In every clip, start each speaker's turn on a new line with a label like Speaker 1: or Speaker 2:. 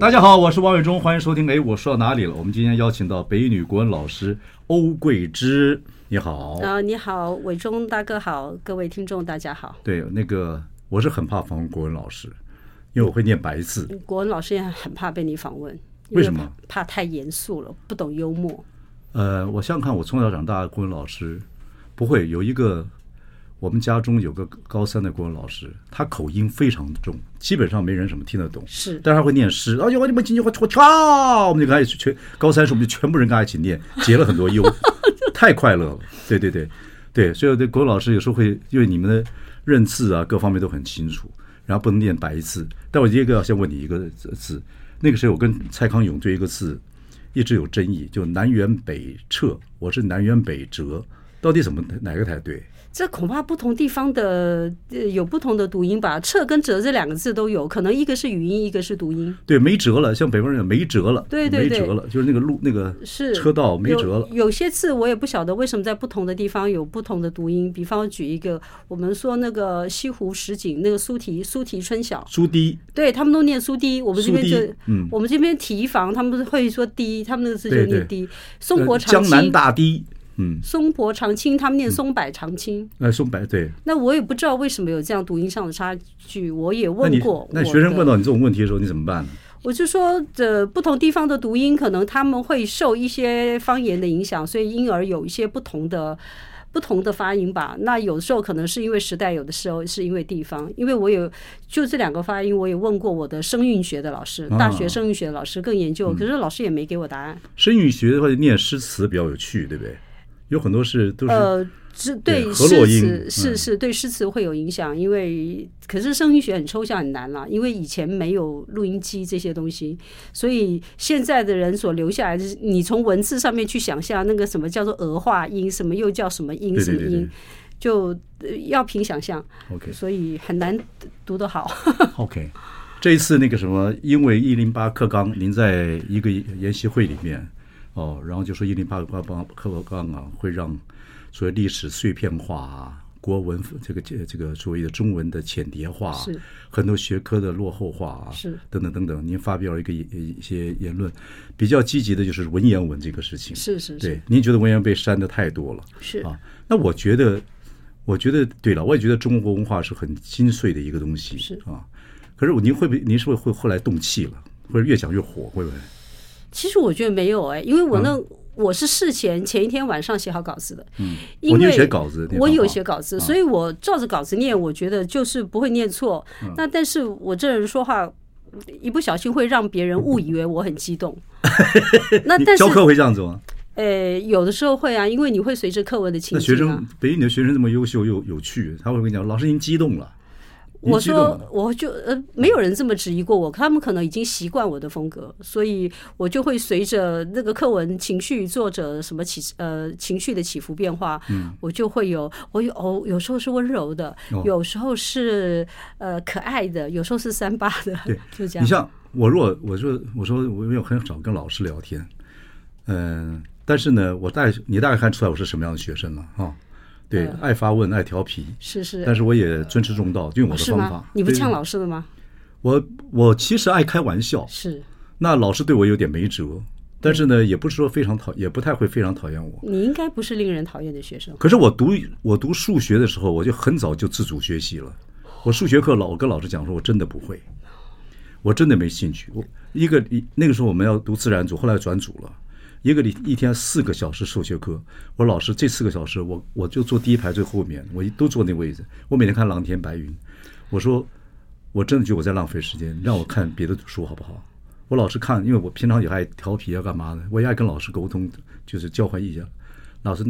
Speaker 1: 大家好，我是王伟忠，欢迎收听。哎，我说到哪里了？我们今天邀请到北一女国文老师欧桂芝，你好。
Speaker 2: 啊、你好，伟忠大哥好，各位听众大家好。
Speaker 1: 对，那个我是很怕访问国文老师，因为我会念白字。
Speaker 2: 国文老师也很怕被你访问，因
Speaker 1: 为什么
Speaker 2: 怕？怕太严肃了，不懂幽默。
Speaker 1: 呃，我想想看，我从小长大的国文老师，不会有一个，我们家中有个高三的国文老师，他口音非常重，基本上没人什么听得懂。
Speaker 2: 是
Speaker 1: 但是他会念诗，哎呦，你们今天我我跳，我们就跟他一起全高三时我们就全部人跟他一起念，结了很多 忧，太快乐了。对对对对，所以我对国文老师有时候会因为你们的认字啊各方面都很清楚，然后不能念白字。但我第一个要先问你一个字，那个时候我跟蔡康永对一个字一直有争议，就南辕北辙，我是南辕北辙，到底怎么哪个才对？
Speaker 2: 这恐怕不同地方的、呃、有不同的读音吧，“撤”跟“折”这两个字都有，可能一个是语音，一个是读音。
Speaker 1: 对，没辙了，像北方人讲没辙了，
Speaker 2: 对对对
Speaker 1: 没辙了，就是那个路那个
Speaker 2: 是
Speaker 1: 车道没辙了。
Speaker 2: 有。有些字我也不晓得为什么在不同的地方有不同的读音。比方举一个，我们说那个西湖十景，那个苏堤，苏堤春晓，
Speaker 1: 朱棣
Speaker 2: 对他们都念苏堤，我们这边
Speaker 1: 苏堤
Speaker 2: 就，
Speaker 1: 嗯
Speaker 2: 我们这边提防，他们会说堤，他们那个字就
Speaker 1: 对
Speaker 2: 念
Speaker 1: 对
Speaker 2: 堤。松柏长
Speaker 1: 呃江南
Speaker 2: 青，
Speaker 1: 大嗯堤，嗯，
Speaker 2: 松柏长青，他们念松柏长青。
Speaker 1: 那松柏对。
Speaker 2: 那我也不知道为什么有这样读音上的差距，我也
Speaker 1: 那
Speaker 2: 问
Speaker 1: 你
Speaker 2: 过
Speaker 1: 那
Speaker 2: 我
Speaker 1: 学生
Speaker 2: 的
Speaker 1: 问到你这种问题的时候，你怎么办呢？
Speaker 2: 我就说，呃，不同地方的读音，可能他们会受一些方言的影响，所以因而有一些不同的。不同的发音吧，那有时候可能是因为时代，有的时候是因为地方。因为我有就这两个发音，我也问过我的声韵学的老师，
Speaker 1: 啊
Speaker 2: 大学声韵学的老师更研究，可是老师也没给我答案。
Speaker 1: 声韵学的话，念诗词比较有趣，对不对？有很多是都是、
Speaker 2: 呃，是对
Speaker 1: 对合
Speaker 2: 诗
Speaker 1: 落音
Speaker 2: 词是
Speaker 1: 嗯
Speaker 2: 是对诗词会有影响，因为可是声韵学很抽象很难啦，因为以前没有录音机这些东西，所以现在的人所留下来，就是你从文字上面去想象那个什么叫做俄化音，什么又叫什么音，
Speaker 1: 对
Speaker 2: 什
Speaker 1: 对
Speaker 2: 么
Speaker 1: 对对
Speaker 2: 音，就呃要凭想象，
Speaker 1: ，OK
Speaker 2: 所以很难读得好。
Speaker 1: OK。这一次那个什么，因为一零八课纲，您在一个研习会里面哦，然后就说一零八课纲课纲啊，会让所谓历史碎片化啊，国文这个这个所谓的中文的浅叠化啊、
Speaker 2: 是
Speaker 1: 很多学科的落后化啊，
Speaker 2: 是
Speaker 1: 等等等等。您发表了一个一一些言论，比较积极的就是文言文这个事情。
Speaker 2: 是是是
Speaker 1: 对，您觉得文言文被删的太多了？
Speaker 2: 是
Speaker 1: 啊，那我觉得，我觉得对了，我也觉得中国文化是很精髓的一个东西，
Speaker 2: 是
Speaker 1: 啊。可是我您会不会，您是不是会后来动气了，或者越讲越火，会不会？
Speaker 2: 啊其实我觉得没有哎、因为
Speaker 1: 嗯
Speaker 2: 我那、我是事前前一天晚上写好稿子的，嗯，因
Speaker 1: 哦你
Speaker 2: 为
Speaker 1: 有写稿子
Speaker 2: 我
Speaker 1: 那
Speaker 2: 有
Speaker 1: 方法嗯
Speaker 2: 写稿子，所以我照着稿子念，我觉得就是不会念错。
Speaker 1: 嗯
Speaker 2: 那但是我这人说话。一不小心会让别人误以为我很 激动，那
Speaker 1: 你
Speaker 2: 但是
Speaker 1: 教课会这样子吗？
Speaker 2: 呃，有的时候会啊，因为你会随着课文的情
Speaker 1: 那
Speaker 2: 景、
Speaker 1: 学
Speaker 2: 啊。
Speaker 1: 生，北影的学生这么优秀又有趣，他会跟你讲，老师您激动了，您
Speaker 2: 我
Speaker 1: 激动
Speaker 2: 说
Speaker 1: 了，
Speaker 2: 我就呃，没有人这么质疑过我，他们可能已经习惯我的风格，所以我就会随着那个课文情绪、作者什么起呃情绪的起伏变化，我就会有我有哦，有时候是温柔的，
Speaker 1: 嗯哦
Speaker 2: 有时候是呃可爱的，有时候是三八的
Speaker 1: 对，
Speaker 2: 就这
Speaker 1: 你
Speaker 2: 样。
Speaker 1: 像我若我说我说我有很少跟老师聊天，嗯、但是呢，我大概你大概看出来我是什么样的学生了啊？对，爱发问，爱调皮，
Speaker 2: 是嗯是，哦
Speaker 1: 但是我也尊师重道，就用我的
Speaker 2: 是
Speaker 1: 方
Speaker 2: 吗
Speaker 1: 法？。
Speaker 2: 你不
Speaker 1: 对
Speaker 2: 呛老师的吗？
Speaker 1: 我我其实爱开玩笑，
Speaker 2: 是
Speaker 1: 那老师对我有点没辙，但是呢，也不是说非常讨，也不太会非常讨厌我。
Speaker 2: 你应该不是令人讨厌的学生。
Speaker 1: 可是我读我读数学的时候，我就很早就自主学习了。我数学课老我跟老师讲说，我真的不会，我真的没兴趣。我一个一那个时候我们要读自然组，后来转组了。一个礼一天四个小时数学课，我老师这四个小时我我就坐第一排最后面，我一都坐那位置。我每天看蓝天白云，我说我真的觉得我在浪费时间，让我看别的书好不好？我老是看，因为我平常也爱调皮啊，干嘛的，我也爱跟老师沟通，就是交换意见。老师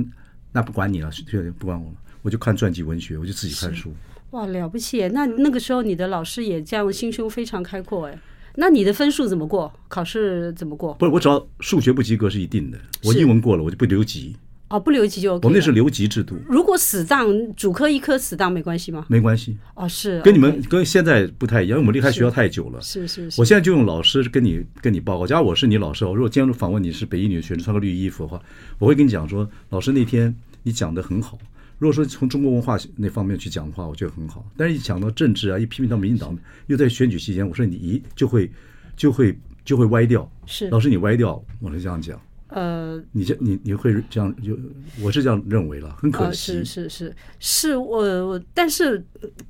Speaker 1: 那不管你了，确实不管我了，我就看传记文学，我就自己看书。
Speaker 2: 哇，了不起耶！那那个时候你的老师也这样心胸非常开阔哎。那你的分数怎么过？考试怎么过？
Speaker 1: 不是，我只要数学不及格是一定的，我
Speaker 2: 是
Speaker 1: 英文过了我就不留级，
Speaker 2: 哦，不留级就 OK 了。
Speaker 1: 我们那是留级制度，
Speaker 2: 如果死档主科一科死档没关系吗？
Speaker 1: 没关系，
Speaker 2: 哦，是
Speaker 1: 跟你
Speaker 2: OK
Speaker 1: 们跟现在不太一样，因为我们离开学校太久了。
Speaker 2: 是是是
Speaker 1: 我现在就用老师跟你跟你报告，假如我是你老师，我如果今天访问你是北一女的学生，穿个绿衣服的话，我会跟你讲说，老师那天你讲的很好。如果说从中国文化那方面去讲的话，我觉得很好。但是，一讲到政治啊，一批评到民进党，又在选举期间，我说你一就会就会就会歪掉。
Speaker 2: 是
Speaker 1: 老师，你歪掉，我是这样讲。
Speaker 2: 呃
Speaker 1: 你这你你会这样就我是这样认为了，很可
Speaker 2: 呃
Speaker 1: 惜。
Speaker 2: 是是是是我我，但是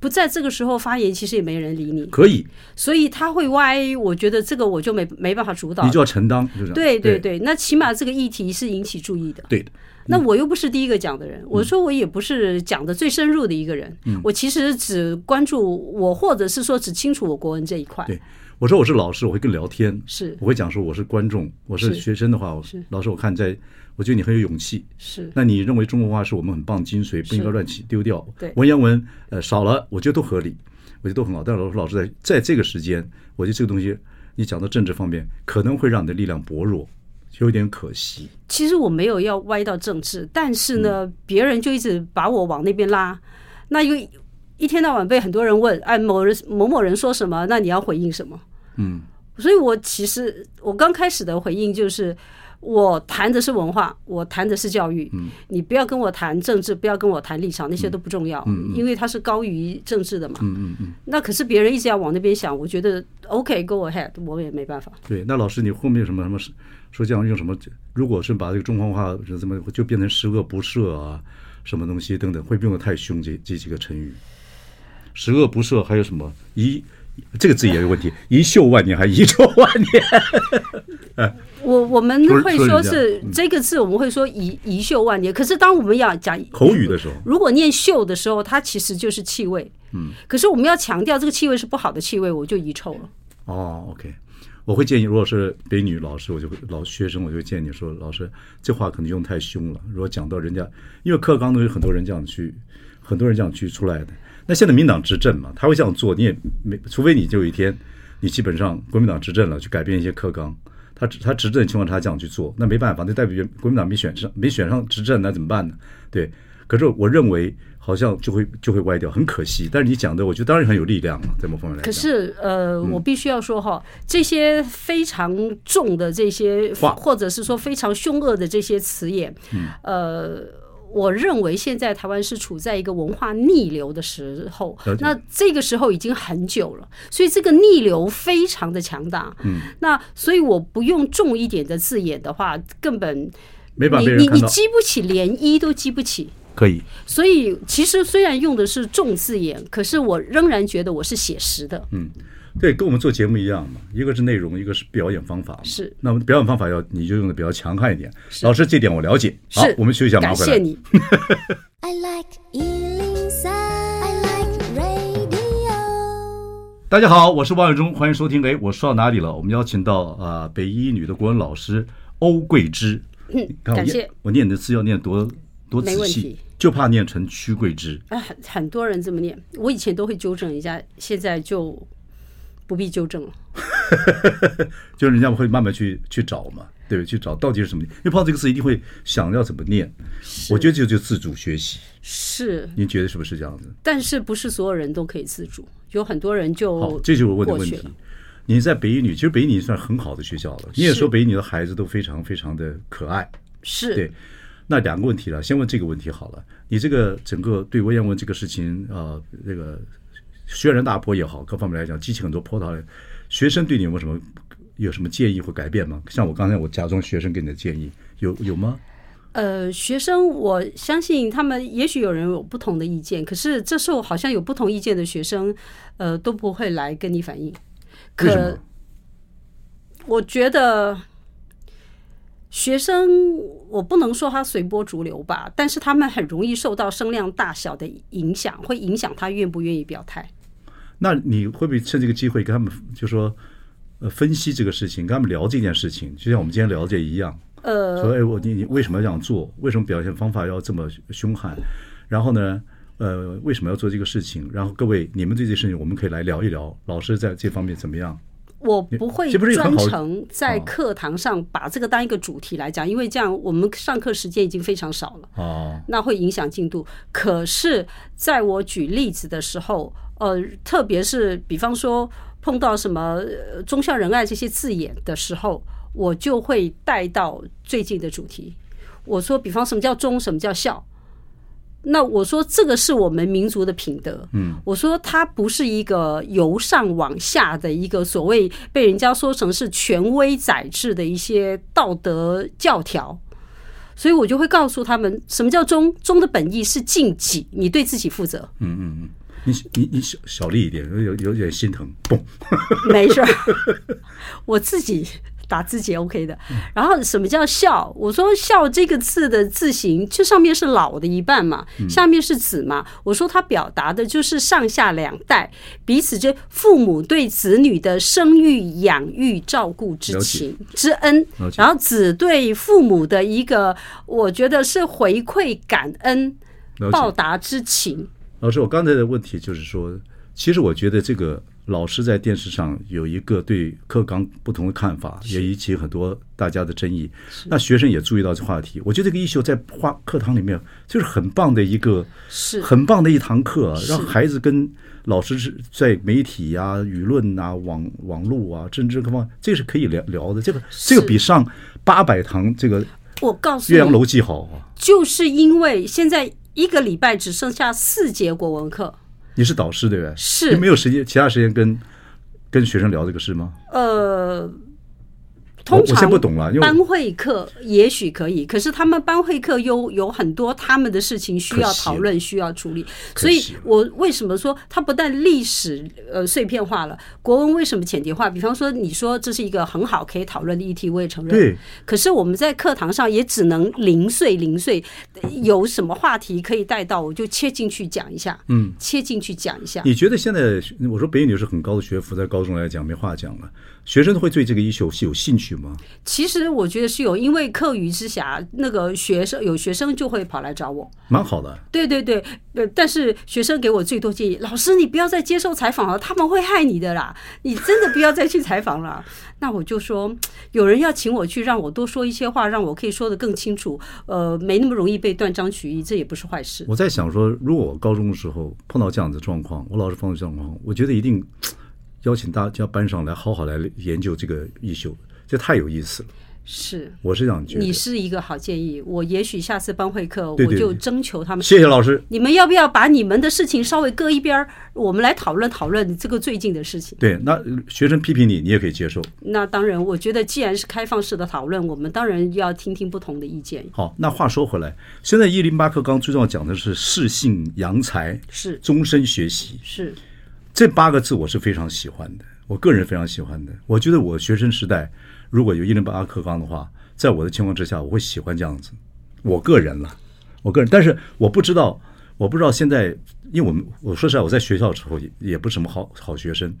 Speaker 2: 不在这个时候发言，其实也没人理你，
Speaker 1: 可以，
Speaker 2: 所以他会歪，我觉得这个我就没没办法主导
Speaker 1: 你。就要承担，就是这样
Speaker 2: 对
Speaker 1: 对嗯
Speaker 2: 对对，那起码这个议题是引起注意的。
Speaker 1: 对的，
Speaker 2: 那我又不是第一个讲的
Speaker 1: 嗯
Speaker 2: 人，我说我也不是讲的最深入的一个人，我其实只关注我，或者是说只清楚我国文这一块。
Speaker 1: 对。我说我是老师，我会跟你聊天，
Speaker 2: 是
Speaker 1: 我会讲说我是观众，我是
Speaker 2: 是
Speaker 1: 学生的话，我
Speaker 2: 是
Speaker 1: 老师我看在，我觉得你很有勇气。
Speaker 2: 是
Speaker 1: 那你认为中国文化是我们很棒的精髓，不应该
Speaker 2: 是
Speaker 1: 乱起丢掉。
Speaker 2: 对
Speaker 1: 文言文呃少了，我觉得都合理，我觉得都很好。但是老师在在这个时间，我觉得这个东西，你讲到政治方面，可能会让你的力量薄弱，有点可惜。
Speaker 2: 其实我没有要歪到政治，但是呢，
Speaker 1: 嗯
Speaker 2: 别人就一直把我往那边拉，那又一天到晚被很多人问，哎，某人某某人说什么，那你要回应什么？
Speaker 1: 嗯，
Speaker 2: 所以我其实我刚开始的回应就是。我谈的是文化，我谈的是教育。
Speaker 1: 嗯
Speaker 2: 你不要跟我谈政治，不要跟我谈立场，那些都不重要，因为它是高于政治的嘛。
Speaker 1: 嗯嗯。
Speaker 2: 那可是别人一直要往那边想，我觉得 OK，go、ahead，我也没办法。
Speaker 1: 对，那老师，你后面有什么什么是说这样用什么？如果是把这个中华文化是怎么就变成十恶不赦啊，什么东西等等，会不会用的太凶这这几个成语。十恶不赦还有什么遗？这个字也有问题，遗臭万年还 遗臭万年。
Speaker 2: 我我们
Speaker 1: 说
Speaker 2: 会
Speaker 1: 说
Speaker 2: 说
Speaker 1: 一下嗯
Speaker 2: 是这个字，我们会说遗遗臭万年。可是当我们要讲
Speaker 1: 口语的时候
Speaker 2: 如果念嗅的时候，它其实就是气味。嗯，可是我们要强调这个气味是不好的气味，我就遗臭了。
Speaker 1: 哦，OK，我会建议，如果是北女老师，我就会老学生，我就建议你说，老师这话可能用太凶了。如果讲到人家，因为课纲都有很多人这样去，很多人这样去出来的。那现在民党执政嘛，他会这样做，你也没，除非你就有一天，你基本上国民党执政了，去改变一些课纲。他执他执政的情况下，他这样去做，那没办法，那代表国民党没选上，没选上执政，那怎么办呢？对，可是我认为好像就会就会歪掉，很可惜。但是你讲的，我觉得当然很有力量了，在某方面来讲。
Speaker 2: 可是呃，
Speaker 1: 嗯
Speaker 2: 我必须要说哈，这些非常重的这些
Speaker 1: 话
Speaker 2: 或者是说非常凶恶的这些词眼，
Speaker 1: 嗯
Speaker 2: 呃。我认为现在台湾是处在一个文化逆流的时候
Speaker 1: 了，解
Speaker 2: 那这个时候已经很久了，所以这个逆流非常的强大。嗯，那所以我不用重一点的字眼的话，根本
Speaker 1: 没把
Speaker 2: 你
Speaker 1: 别人
Speaker 2: 你
Speaker 1: 看
Speaker 2: 你
Speaker 1: 到
Speaker 2: 激不起涟漪，都激不起。
Speaker 1: 可以。
Speaker 2: 所以其实虽然用的是重字眼，可是我仍然觉得我是写实的。
Speaker 1: 对，跟我们做节目一样嘛，一个是内容，一个是表演方法嘛。
Speaker 2: 是，
Speaker 1: 那么表演方法要你就用的比较强悍一点。老师，这点我了解。好
Speaker 2: 是，
Speaker 1: 我们休息一下，马
Speaker 2: 感
Speaker 1: 上回
Speaker 2: 谢
Speaker 1: 来。
Speaker 2: 你。
Speaker 3: I like Ealing Sound. I like radio.
Speaker 1: 大家好，我是王伟忠，欢迎收听。哎，我说到哪里了？我们邀请到啊、呃北一女的国文老师欧桂芝。嗯看我
Speaker 2: 感谢
Speaker 1: 念我念你的资料念得多多
Speaker 2: 没
Speaker 1: 仔
Speaker 2: 问
Speaker 1: 细
Speaker 2: 题，
Speaker 1: 就怕念成屈桂芝。
Speaker 2: 啊，很很多人这么念，我以前都会纠正一下，现在就不必纠正了。
Speaker 1: 就是人家会慢慢去去找嘛，对不对？去找到底是什么？因为碰到这个字一定会想要怎么念。我觉得这就自主学习，
Speaker 2: 是，
Speaker 1: 您觉得是不是这样子？
Speaker 2: 但是不是所有人都可以自主，有很多人
Speaker 1: 好
Speaker 2: 就，
Speaker 1: 哦这就是我问的
Speaker 2: 过
Speaker 1: 问
Speaker 2: 去
Speaker 1: 题
Speaker 2: 了。
Speaker 1: 你在北一女，其实北一女算很好的学校了。你也
Speaker 2: 是
Speaker 1: 说北一女的孩子都非常非常的可爱，对
Speaker 2: 是。
Speaker 1: 那两个问题了，先问这个问题好了。你这个整个对文言文这个事情，呃，这个轩然大波也好，各方面来讲，激起很多波涛来。学生对你有没有什么有什么建议或改变吗？像我刚才我假装学生给你的建议，有有吗？
Speaker 2: 呃，学生，我相信他们也许有人有不同的意见，可是这时候好像有不同意见的学生，呃，都不会来跟你反映。可
Speaker 1: 为什么？
Speaker 2: 我觉得学生，我不能说他随波逐流吧，但是他们很容易受到声量大小的影响，会影响他愿不愿意表态。
Speaker 1: 那你会不会趁这个机会跟他们就说，呃，分析这个事情，跟他们聊这件事情，就像我们今天聊这一样。
Speaker 2: 呃，
Speaker 1: 说哎，我你你为什么要这样做？为什么表现方法要这么凶悍？然后呢，呃，为什么要做这个事情？然后各位，你们对这事情我们可以来聊一聊，老师在这方面怎么样？
Speaker 2: 我不会
Speaker 1: 这不是一个很好
Speaker 2: 专
Speaker 1: 啊
Speaker 2: 程在课堂上把这个当一个主题来讲，因为这样我们上课时间已经非常少了。
Speaker 1: 哦，
Speaker 2: 那会影响进度。可是，在我举例子的时候，呃，特别是比方说碰到什么呃忠孝仁爱这些字眼的时候，我就会带到最近的主题。我说，比方什么叫忠，什么叫孝。那我说，这个是我们民族的品德。嗯，我说它不是一个由上往下的一个所谓被人家说成是权威宰制的一些道德教条。所以我就会告诉他们，什么叫忠？忠的本意是尽己，你对自己负责，
Speaker 1: 嗯嗯嗯，你你你小小力一点，有有点心疼，嘣，
Speaker 2: 没事儿，我自己打自己 OK 的。然后什么叫孝？我说孝这个字的字形，这上面是老的一半嘛，
Speaker 1: 嗯
Speaker 2: 下面是子嘛。我说它表达的就是上下两代彼此这父母对子女的生育、养育、照顾之
Speaker 1: 了解
Speaker 2: 情之恩
Speaker 1: 了，解
Speaker 2: 然后子对父母的一个，我觉得是回馈感恩
Speaker 1: 了解。
Speaker 2: 报答之情。
Speaker 1: 老师，我刚才的问题就是说，其实我觉得这个老师在电视上有一个对课纲不同的看法，也引起很多大家的争议。那学生也注意到这话题，我觉得这个艺秀在话课堂里面就是很棒的一个，
Speaker 2: 是
Speaker 1: 很棒的一堂课、啊，让孩子跟老师是在媒体呀、舆论呐、网网络啊、政治各方，这是可以聊聊的。这个这个比上八百堂这个《
Speaker 2: 我告诉
Speaker 1: 岳阳
Speaker 2: 你，
Speaker 1: 楼记》好啊！
Speaker 2: 就是因为现在一个礼拜只剩下四节国文课，
Speaker 1: 你是导师对不对？
Speaker 2: 是
Speaker 1: 你没有时间，其他时间跟跟学生聊这个事吗？
Speaker 2: 呃，
Speaker 1: 我
Speaker 2: 通
Speaker 1: 我
Speaker 2: 常
Speaker 1: 现在不懂了因为
Speaker 2: 班会课也许可以，可是他们班会课有有很多他们的事情需要
Speaker 1: 可惜了
Speaker 2: 讨论、需要处理，
Speaker 1: 可
Speaker 2: 所
Speaker 1: 惜
Speaker 2: 以
Speaker 1: 了
Speaker 2: 我为什么说它不但历史呃碎片化了，国文为什么浅碟化？比方说，你说这是一个很好可以讨论的议题，我也承认。
Speaker 1: 对。
Speaker 2: 可是我们在课堂上也只能零碎零碎，呃有什么话题可以带到，我就切进去讲一下。嗯，切进去讲一下。
Speaker 1: 你觉得现在我说北影女是很高的学府，在高中来讲没话讲了，学生会对这个艺术是有兴趣吗？
Speaker 2: 其实我觉得是有，因为课余之下，那个学生有学生就会跑来找我。
Speaker 1: 蛮好的，
Speaker 2: 对对对，呃，但是学生给我最多建议，老师你不要再接受采访了，他们会害你的啦，你真的不要再去采访 了。那我就说，有人要请我去，让我多说一些话，让我可以说得更清楚，呃，没那么容易被断章取义，这也不是坏事。
Speaker 1: 我在想说，如果我高中的时候碰到这样的状况，我老师碰到这样的状况，我觉得一定邀请大家班上来好好来研究这个艺术，这太有意思了。
Speaker 2: 是，
Speaker 1: 我是这样觉得。
Speaker 2: 你是一个好建议，我也许下次班会课
Speaker 1: 对对
Speaker 2: 我就
Speaker 1: 对
Speaker 2: 征求他们。
Speaker 1: 谢谢老师。
Speaker 2: 你们要不要把你们的事情稍微搁一边儿，我们来讨论讨论这个最近的事情？
Speaker 1: 对，那呃学生批评你，你也可以接受。
Speaker 2: 那当然，我觉得既然是开放式的讨论，我们当然要听听不同的意见。
Speaker 1: 好，那话说回来，现在一零八课纲最重要讲的是适性扬才，
Speaker 2: 是
Speaker 1: 终身学习。
Speaker 2: 是，
Speaker 1: 这八个字我是非常喜欢的，我个人非常喜欢的。我觉得我学生时代如果有一零八课纲的话，在我的情况之下，我会喜欢这样子。我个人了，我个人，但是我不知道，我不知道现在，因为我们我说实在，我在学校的时候也也不是什么好好学生，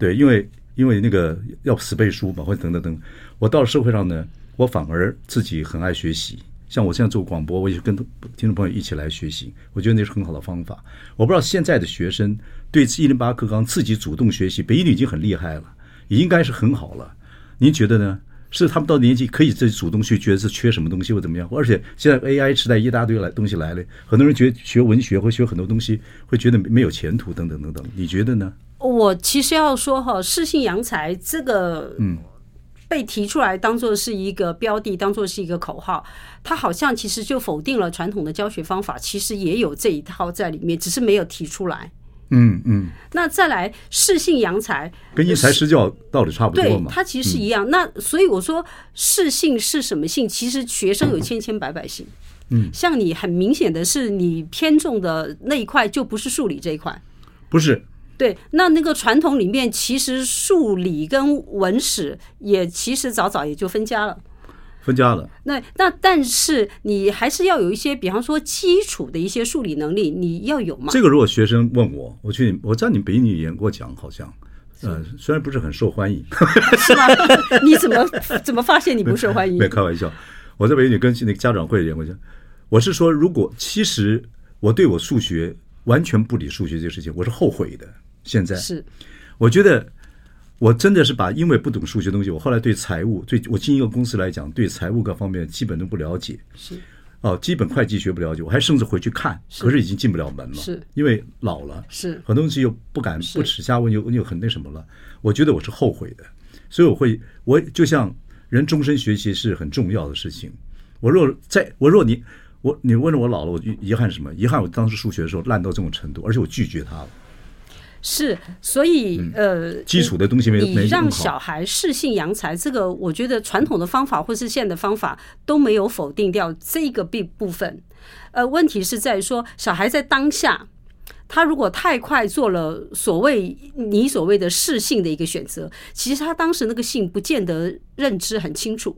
Speaker 1: 对，因为因为那个要死背书嘛，或者等等等。我到了社会上呢，我反而自己很爱学习。像我现在做广播，我也跟听众朋友一起来学习，我觉得那是很好的方法。我不知道现在的学生对一零八课纲自己主动学习，北一女已经很厉害了，也应该是很好了。您觉得呢？是他们到年纪可以自己主动去觉得是缺什么东西或怎么样？而且现在 AI 时代一大堆来东西来了，很多人觉得学文学或学很多东西会觉得没有前途等等等等。你觉得呢？
Speaker 2: 我其实要说哈，适性扬才这个，嗯。被提出来当做是一个标的，当做是一个口号，它好像其实就否定了传统的教学方法，其实也有这一套在里面，只是没有提出来。
Speaker 1: 嗯嗯，
Speaker 2: 那再来适性扬才，呃
Speaker 1: 跟因材施教道理差不多
Speaker 2: 对，
Speaker 1: 嘛。嗯
Speaker 2: 它其实是一样。那所以我说，适性是什么性？其实学生有千千百百性。嗯，像你很明显的是，你偏重的那一块就不是数理这一块。
Speaker 1: 不是
Speaker 2: 对，那那个传统里面，其实数理跟文史也其实早早也就分家了。
Speaker 1: 分家了，
Speaker 2: 那那但是你还是要有一些，比方说基础的一些数理能力，你要有嘛。
Speaker 1: 这个如果学生问我，我去你，我知道你北影女演过讲，好像，呃，虽然不是很受欢迎，
Speaker 2: 是吧？你怎么怎么发现你不受欢迎
Speaker 1: 没？有开玩笑，我在北影女跟那个家长会演过讲，我是说，如果其实我对我数学完全不理数学这个事情，我是后悔的。现在
Speaker 2: 是
Speaker 1: 我觉得我真的是把因为不懂数学东西，我后来对财务，对我进一个公司来讲，对财务各方面基本都不了解，
Speaker 2: 是
Speaker 1: 哦，基本会计学不了解，我还甚至回去看，可是已经进不了门了，
Speaker 2: 是
Speaker 1: 因为老了，
Speaker 2: 是
Speaker 1: 很多东西又不敢
Speaker 2: 是
Speaker 1: 不耻下问，又又很那什么了。我觉得我是后悔的，所以我会，我就像人终身学习是很重要的事情。我若在我若你我你问了我老了，我遗遗憾什么？遗憾我当时数学的时候烂到这种程度，而且我拒绝他了。
Speaker 2: 是，所以、呃，
Speaker 1: 嗯基础的东西没
Speaker 2: 你
Speaker 1: 没弄
Speaker 2: 让
Speaker 1: 好
Speaker 2: 小孩适性扬才，这个我觉得传统的方法或是现的方法都没有否定掉这个部部分。呃，问题是在于说，小孩在当下，他如果太快做了所谓你所谓的适性的一个选择，其实他当时那个性不见得认知很清楚。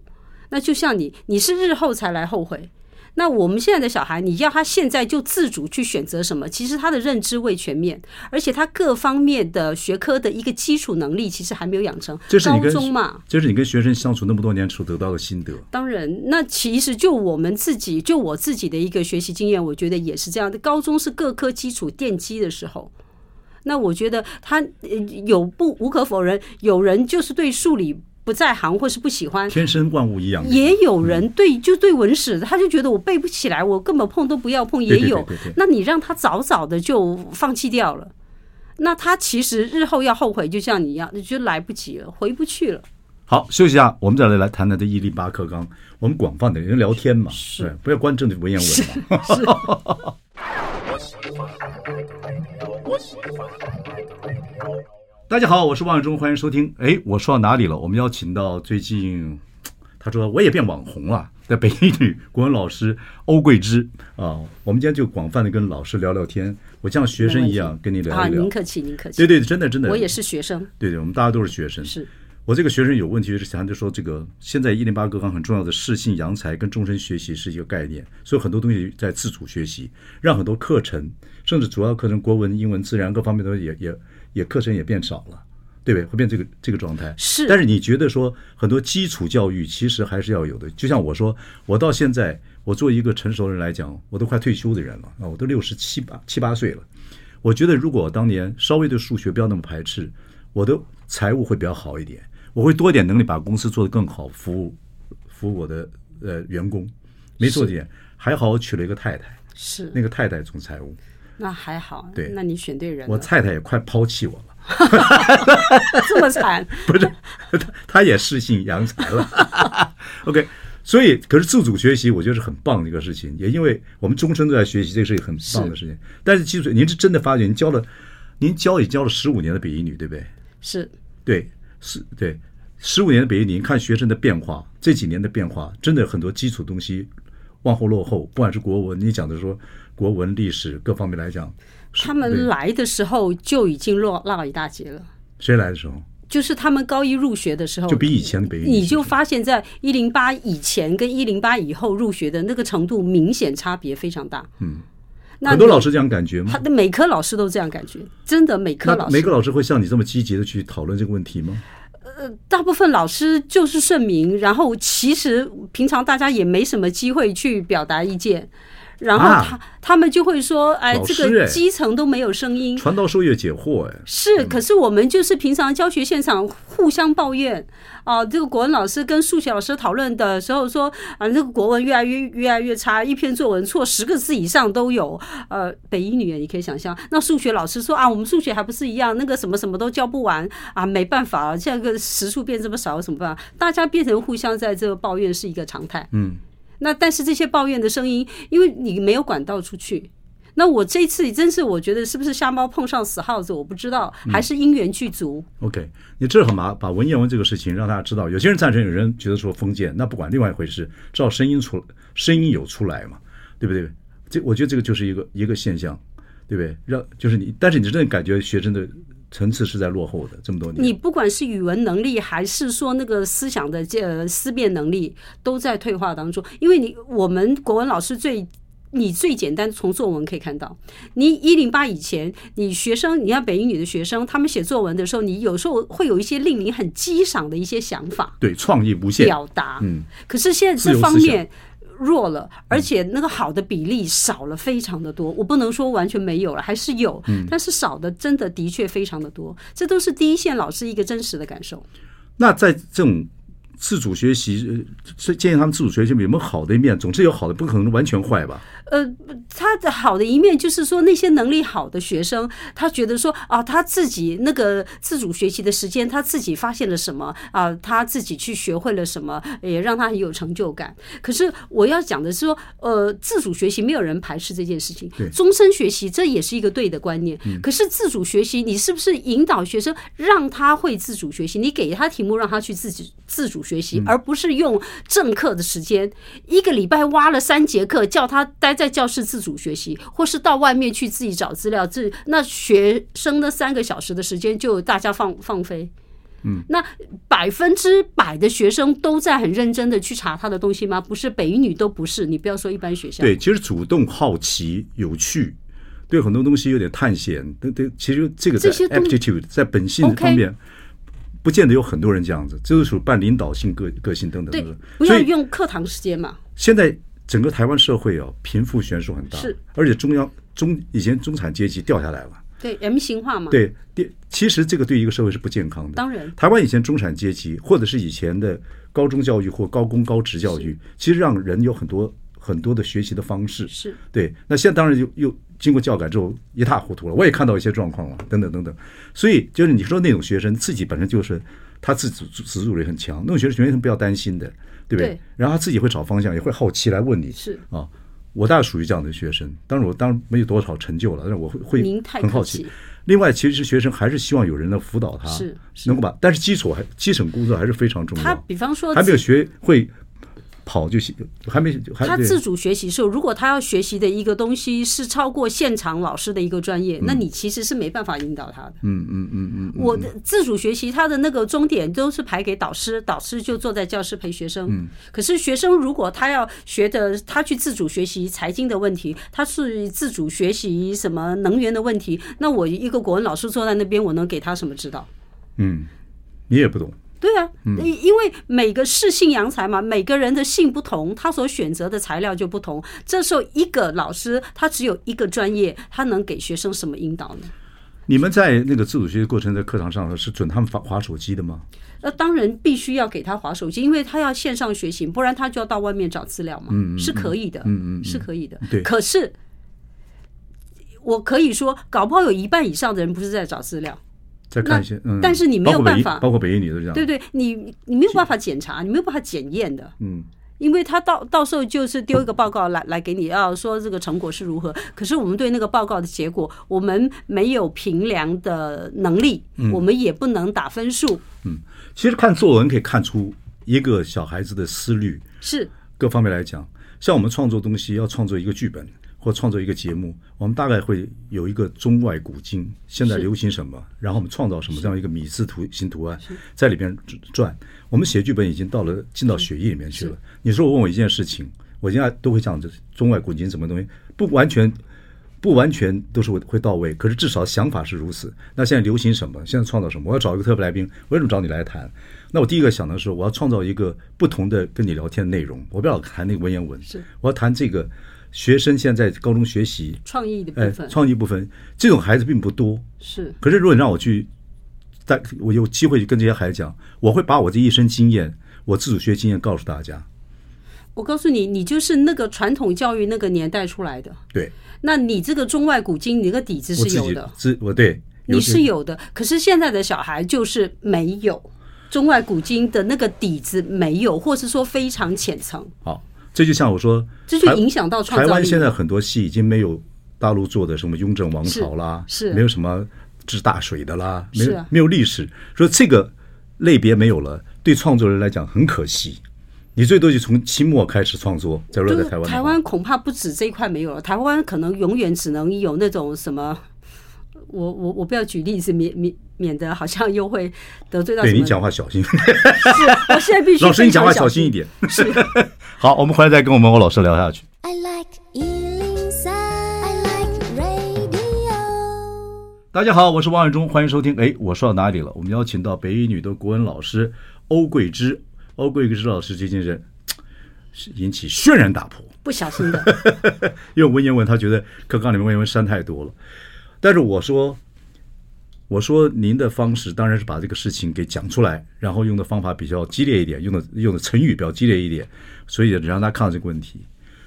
Speaker 2: 那就像你，你是日后才来后悔。那我们现在的小孩，你要他现在就自主去选择什么，其实他的认知未全面，而且他各方面的学科的一个基础能力其实还没有养成。
Speaker 1: 这是你
Speaker 2: 高
Speaker 1: 跟
Speaker 2: 中嘛，嗯
Speaker 1: 这是你跟学生相处那么多年所得到的心得。
Speaker 2: 当然，那其实就我们自己，就我自己的一个学习经验，我觉得也是这样的。高中是各科基础奠基的时候。那我觉得他呃有不无可否认，有人就是对数理不在行或是不喜欢，
Speaker 1: 天生万物一样，
Speaker 2: 也有人对就对文史，他就觉得我背不起来，我根本碰都不要碰，也
Speaker 1: 对对对
Speaker 2: 有。
Speaker 1: 对对
Speaker 2: 那你让他早早的就放弃掉了，那他其实日后要后悔，就像你一样，就来不及了，回不去了。
Speaker 1: 好，休息一下，我们再来来谈谈这伊利巴克纲。我们广泛的人聊天嘛，
Speaker 2: 是
Speaker 1: 对不要光政治文言文嘛。 大家好，我是王永忠，欢迎收听。哎，我说到哪里了？我们邀请到最近，他说我也变网红了的北一女国文老师欧桂芝啊，我们今天就广泛的跟老师聊聊天，我像学生一样跟你聊
Speaker 2: 啊，
Speaker 1: 一聊
Speaker 2: 您。客气，您客气。
Speaker 1: 对对，真的真的，
Speaker 2: 我也是学生，
Speaker 1: 对对，我们大家都是学生。
Speaker 2: 是
Speaker 1: 我这个学生有问题之前就说，这个现在一零八课纲很重要的适性扬才跟终身学习是一个概念，所以很多东西在自主学习，让很多课程，甚至主要课程国文、英文、自然各方面都也也也课程也变少了，对不对？会变这个这个状态。
Speaker 2: 是
Speaker 1: 但是你觉得说很多基础教育其实还是要有的，就像我说，我到现在我作为一个成熟人来讲，我都快退休的人了啊，我都六十七八七八岁了。我觉得如果我当年稍微对数学不要那么排斥，我的财务会比较好一点，我会多一点能力把公司做得更好，服务服务我的呃员工。没错点，还好我娶了一个太太，
Speaker 2: 是，
Speaker 1: 那个太太总财务，
Speaker 2: 那还好。
Speaker 1: 对
Speaker 2: 那你选对人
Speaker 1: 我
Speaker 2: 了，
Speaker 1: 太太也快抛弃我了。
Speaker 2: 这么惨。
Speaker 1: 不是， 他他也适性扬才了。OK，所以可是自主学习，我觉得是很棒的一个事情，也因为我们终身都在学习，这是一个很棒的事情。但是记住，您是真的发觉，您教了，您教也教了十五年的北一女，对不对？
Speaker 2: 是
Speaker 1: 对，是，对，十五年的北一女，你看学生的变化，这几年的变化，真的很多基础东西往后落后，不管是国文，你讲的说国文、历史各方面来讲，是
Speaker 2: 他
Speaker 1: 对
Speaker 2: 们来的时候就已经落落一大截了，
Speaker 1: 谁来的时候，
Speaker 2: 就是他们高一入学的时候，
Speaker 1: 就比以前的北一女
Speaker 2: 你就是发现，在一零八以前跟一零八以后入学的那个程度明显差别非常大。嗯，那
Speaker 1: 很多老师这样感觉吗
Speaker 2: 他？的每科老师都这样感觉，真的每科
Speaker 1: 那
Speaker 2: 老师，
Speaker 1: 每个老师会像你这么积极的去讨论这个问题吗？
Speaker 2: 大部分老师就是盛名，然后其实平常大家也没什么机会去表达意见。然后
Speaker 1: 啊
Speaker 2: 他、他们就会说，哎，
Speaker 1: 老
Speaker 2: 这
Speaker 1: 师
Speaker 2: 个
Speaker 1: 哎
Speaker 2: 基层都没有声音，
Speaker 1: 传道授业解惑，哎，
Speaker 2: 是，可是我们就是平常教学现场互相抱怨啊、这个国文老师跟数学老师讨论的时候说啊，这个国文越来越越来越差，一篇作文错十个字以上都有。呃，北一女你可以想象，那数学老师说啊，我们数学还不是一样，那个什么什么都教不完啊，没办法了，现在个时数变这么少，有什么办法？大家变成互相在这个抱怨是一个常态。
Speaker 1: 嗯，
Speaker 2: 那但是这些抱怨的声音，因为你没有管道出去。那我这一次真是，我觉得是不是瞎猫碰上死耗子，我不知道，还是因缘具足。
Speaker 1: OK，你正好把把文言文这个事情让大家知道，有些人赞成，有人觉得说封建，那不管另外一回事，至少声音出声音有出来嘛，对不对？这我觉得这个就是一个一个现象，对不对？让就是你，但是你真的感觉学生的层次是在落后的这么多年。
Speaker 2: 你不管是语文能力，还是说那个思想的这、呃、思辨能力，都在退化当中。因为你我们国文老师最。你最简单从作文可以看到，你一零八以前，你学生，你看北英女的学生，他们写作文的时候，你有时候会有一些令你很激赏的一些想法，
Speaker 1: 对创意无限，
Speaker 2: 表达。
Speaker 1: 嗯，
Speaker 2: 可是现在这方
Speaker 1: 自由嗯
Speaker 2: 面，弱了，而且那个好的比例少了非常的多。我不能说完全没有了，还是有，
Speaker 1: 嗯
Speaker 2: 但是少的真的的确非常的多。这都是第一线老师一个真实的感受。
Speaker 1: 那在这种自主学习，呃是建议他们自主学习有没有好的一面？总之有好的，不可能完全坏吧？
Speaker 2: 呃，他的好的一面就是说，那些能力好的学生，他觉得说啊，他自己那个自主学习的时间，他自己发现了什么啊，他自己去学会了什么，也让他很有成就感。可是我要讲的是说，呃，自主学习没有人排斥这件事情
Speaker 1: 对，
Speaker 2: 终身学习这也是一个对的观念。可是自主学习，你是不是引导学生让他会自主学习？你给他题目让他去自己自主学习，而不是用正课的时间，一个礼拜挖了三节课，叫他待在教室自主学习，或是到外面去自己找资料，自那学生的三个小时的时间就大家放放飞。那百分之百的学生都在很认真的去查他的东西吗？不是，北一女都不是。你不要说一般学校，
Speaker 1: 对，其实主动、好奇、有趣，对很多东西有点探险，对对，其实这个在
Speaker 2: 这些东
Speaker 1: aptitude 在本性
Speaker 2: OK
Speaker 1: 方面。不见得有很多人这样子，这是属于半领导性个个性等等
Speaker 2: 对
Speaker 1: 等等，。
Speaker 2: 不
Speaker 1: 嗯所
Speaker 2: 要
Speaker 1: 以
Speaker 2: 用课堂时间嘛。
Speaker 1: 现在整个台湾社会哦，贫富悬殊很大，
Speaker 2: 是，
Speaker 1: 而且中央中以前中产阶级掉下来了，
Speaker 2: 对，M 型化嘛。，
Speaker 1: 对，第其实这个对一个社会是不健康的。
Speaker 2: 当然
Speaker 1: 台湾以前中产阶级，或者是以前的高中教育或高工高职教育，其实让人有很多很多的学习的方式。
Speaker 2: 是
Speaker 1: 对，那现在当然又又经过教改之后一塌糊涂了，我也看到一些状况了，等等等等。所以就是你说那种学生自己本身就是他自主自主力很强，那种学生完全不要担心的，对不对？
Speaker 2: 对
Speaker 1: 然后他自己会找方向，也会好奇来问你。
Speaker 2: 是
Speaker 1: 啊。我大概属于这样的学生，当然我当然没有多少成就了，但是我会会
Speaker 2: 您太
Speaker 1: 很好
Speaker 2: 客
Speaker 1: 奇
Speaker 2: 气。
Speaker 1: 另外，其实学生还是希望有人来辅导他，
Speaker 2: 是是
Speaker 1: 能够把，但是基础还基层工作还是非常重要。
Speaker 2: 他比方说
Speaker 1: 还没有学会跑就行，还没还
Speaker 2: 他
Speaker 1: 对
Speaker 2: 自主学习的时候，如果他要学习的一个东西是超过现场老师的一个专业，那你其实是没办法引导他的。嗯嗯嗯嗯。我的自主学习，他的那个终点都是排给导师，导师就坐在教室陪学生。嗯。可是学生如果他要学的，他去自主学习财经的问题，他是自主学习什么能源的问题，那我一个国文老师坐在那边，我能给他什么指导？
Speaker 1: 嗯，你也不懂，
Speaker 2: 对啊，因因为每个是性扬才嘛，每个人的性不同，他所选择的材料就不同。这时候，一个老师他只有一个专业，他能给学生什么引导呢？
Speaker 1: 你们在那个自主学习过程在课堂上是准他们划划手机的吗？
Speaker 2: 那当然必须要给他划手机，因为他要线上学习，不然他就要到外面找资料嘛，是可以的，是可以的。
Speaker 1: 对
Speaker 2: 可是我可以说，搞不好有一半以上的人不是在找资料，
Speaker 1: 再看一些，
Speaker 2: 那
Speaker 1: 嗯，
Speaker 2: 但是你没有
Speaker 1: 包括北
Speaker 2: 办
Speaker 1: 一
Speaker 2: 法
Speaker 1: 包括北一女都这样，
Speaker 2: 对不对？你你没有办法检查，你没有办法检验的。
Speaker 1: 嗯，
Speaker 2: 因为他到到时候就是丢一个报告来来给你，要说这个成果是如何。可是我们对那个报告的结果，我们没有评量的能力，
Speaker 1: 嗯
Speaker 2: 我们也不能打分数。
Speaker 1: 其实看作文可以看出一个小孩子的思虑，
Speaker 2: 是
Speaker 1: 各方面来讲，像我们创作东西要创作一个剧本或创作一个节目，我们大概会有一个中外古今，现在
Speaker 2: 是
Speaker 1: 流行什么，然后我们创造什么这样一个米字图形图案在里边转。我们写剧本已经到了进到血液里面去了。你说我问我一件事情，我现在都会讲这中外古今什么东西，不完全。不完全都是会会到位，可是至少想法是如此。那现在流行什么？现在创造什么？我要找一个特别来宾，我为什么找你来谈？那我第一个想的是，我要创造一个不同的跟你聊天的内容，我不要谈那个文言文，
Speaker 2: 是
Speaker 1: 我要谈这个学生现在高中学习，
Speaker 2: 创意的
Speaker 1: 哎
Speaker 2: 部，分，
Speaker 1: 创意部分这种孩子并不多。
Speaker 2: 是
Speaker 1: 可是如果你让我去，在我有机会去跟这些孩子讲，我会把我这一生经验，我自主学经验告诉大家。
Speaker 2: 我告诉你，你就是那个传统教育那个年代出来的，
Speaker 1: 对
Speaker 2: 那你这个中外古今，你那个底子
Speaker 1: 我
Speaker 2: 是
Speaker 1: 自
Speaker 2: 有
Speaker 1: 己
Speaker 2: 的，
Speaker 1: 自我对
Speaker 2: 你是
Speaker 1: 有
Speaker 2: 有的。可是现在的小孩就是没有中外古今的那个底子，没有，或是说非常浅层。
Speaker 1: 好，这就像我说，
Speaker 2: 这就
Speaker 1: 台
Speaker 2: 影响到创
Speaker 1: 台
Speaker 2: 造
Speaker 1: 湾
Speaker 2: 力
Speaker 1: 现在很多戏已经没有大陆做的什么雍正王朝啦，
Speaker 2: 是是
Speaker 1: 没有什么治大水的啦，没
Speaker 2: 是
Speaker 1: 有、
Speaker 2: 啊
Speaker 1: 没有历史，说这个类别没有了，对创作人来讲很可惜。你最多就从清末开始创作，假如
Speaker 2: 就
Speaker 1: 在
Speaker 2: 是
Speaker 1: 台湾的话，
Speaker 2: 台湾恐怕不止这一块没有了，台湾可能永远只能有那种什么，我我我不要举例子，免免免得好像又会得罪到
Speaker 1: 对
Speaker 2: 什
Speaker 1: 你
Speaker 2: 么。
Speaker 1: 讲话小心，
Speaker 2: 是，我现在必须
Speaker 1: 老师你
Speaker 2: 非常
Speaker 1: 讲话
Speaker 2: 小
Speaker 1: 小心一。点。
Speaker 2: 是。
Speaker 1: 好，我们回来再跟我们欧老师聊下去。
Speaker 3: I like Ealing Sound. I like radio.
Speaker 1: 大家好，我是王伟忠，欢迎收听。哎，我说到哪里了？我们邀请到北一女的国文老师欧桂芝，欧桂芝老师这件人，引起轩然大波。
Speaker 2: 不小 心的，
Speaker 1: 因为文言文他觉得课纲里面文言文删太多了。但是我说，我说您的方式当然是把这个事情给讲出来，然后用的方法比较激烈一点，用的用的成语比较激烈一点，所以让他看到这个问题。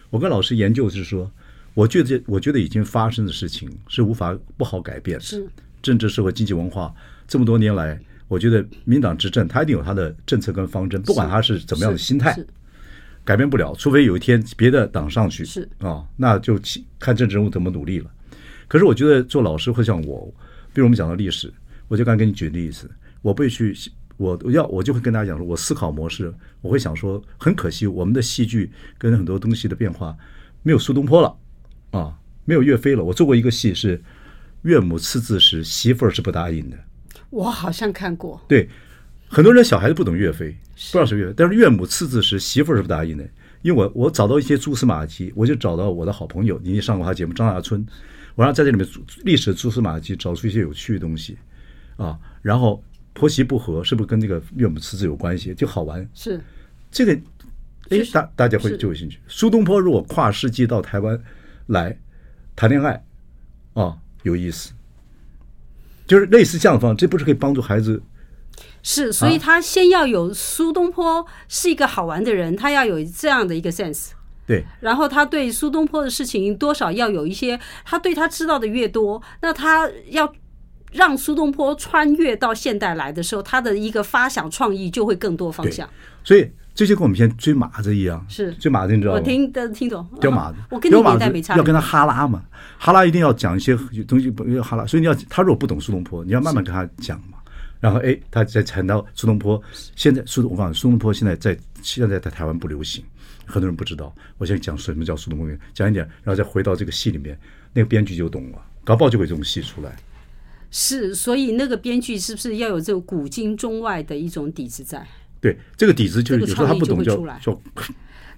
Speaker 1: 我跟老师研究是说，我觉得我觉得已经发生的事情是无法不好改变的，
Speaker 2: 是
Speaker 1: 政治、社会、经济、文化这么多年来。我觉得民党执政，他一定有他的政策跟方针，不管他是怎么样的
Speaker 2: 是
Speaker 1: 心态，
Speaker 2: 是
Speaker 1: 改变不了，除非有一天别的党上去，
Speaker 2: 是
Speaker 1: 啊、那就起看政治人物怎么努力了。可是我觉得做老师会像我，比如我们讲到历史，我就刚才给你举例子，我不会去，我我要我就会跟大家讲说，我思考模式，我会想说，很可惜我们的戏剧跟很多东西的变化没有苏东坡了啊，没有岳飞了。我做过一个戏是岳母刺字时，媳妇儿是不答应的，
Speaker 2: 我好像看过，
Speaker 1: 对，很多人小孩子不懂岳飞，不知道是岳飞，但是岳母刺字时，媳妇儿是不答应的。因为我我找到一些蛛丝马迹，我就找到我的好朋友，你也上过他节目张大春，我让他在这里面蛛历史蛛丝马迹找出一些有趣的东西啊。然后婆媳不和是不是跟这个岳母刺字有关系？就好玩，
Speaker 2: 是
Speaker 1: 这个，哎
Speaker 2: 确，实
Speaker 1: 大大家会
Speaker 2: 是
Speaker 1: 就有兴趣。苏东坡如果跨世纪到台湾来谈恋爱，啊，有意思，就是类似这样的方法，这不是可以帮助孩子
Speaker 2: 是，所以
Speaker 1: 啊
Speaker 2: 他先要有苏东坡是一个好玩的人，他要有这样的一个 sense。
Speaker 1: 对
Speaker 2: 然后他对苏东坡的事情多少要有一些，他对他知道的越多，那他要让苏东坡穿越到现代来的时候，他的一个发想创意就会更多方
Speaker 1: 对
Speaker 2: 向。，
Speaker 1: 所以这就跟我们现在追马子一样，
Speaker 2: 是
Speaker 1: 追马子，你知道
Speaker 2: 我
Speaker 1: 吗？
Speaker 2: 听的听懂，
Speaker 1: 雕马子
Speaker 2: 啊，我跟你
Speaker 1: 雕马
Speaker 2: 年代
Speaker 1: 子
Speaker 2: 没差
Speaker 1: 要
Speaker 2: 很
Speaker 1: 跟
Speaker 2: 多。
Speaker 1: 他哈拉嘛，哈拉一定要讲一些东西，不要哈拉，所以你要他如果不懂苏东坡，你要慢慢跟他讲嘛。然后哎，他再谈到苏东坡，现在苏东我告诉你，苏东坡现在在现在在台湾不流行，很多人不知道。我现在讲什么叫苏东坡，讲一点，然后再回到这个戏里面，那个编剧就懂了，搞不好就会有这种戏出来。
Speaker 2: 是，所以那个编剧是不是要有这种古今中外的一种底子在？
Speaker 1: 对，这个底子就是
Speaker 2: 这
Speaker 1: 有
Speaker 2: 个
Speaker 1: 时候他
Speaker 2: 创意
Speaker 1: 不懂
Speaker 2: 就会
Speaker 1: 叫
Speaker 2: 出来
Speaker 1: 叫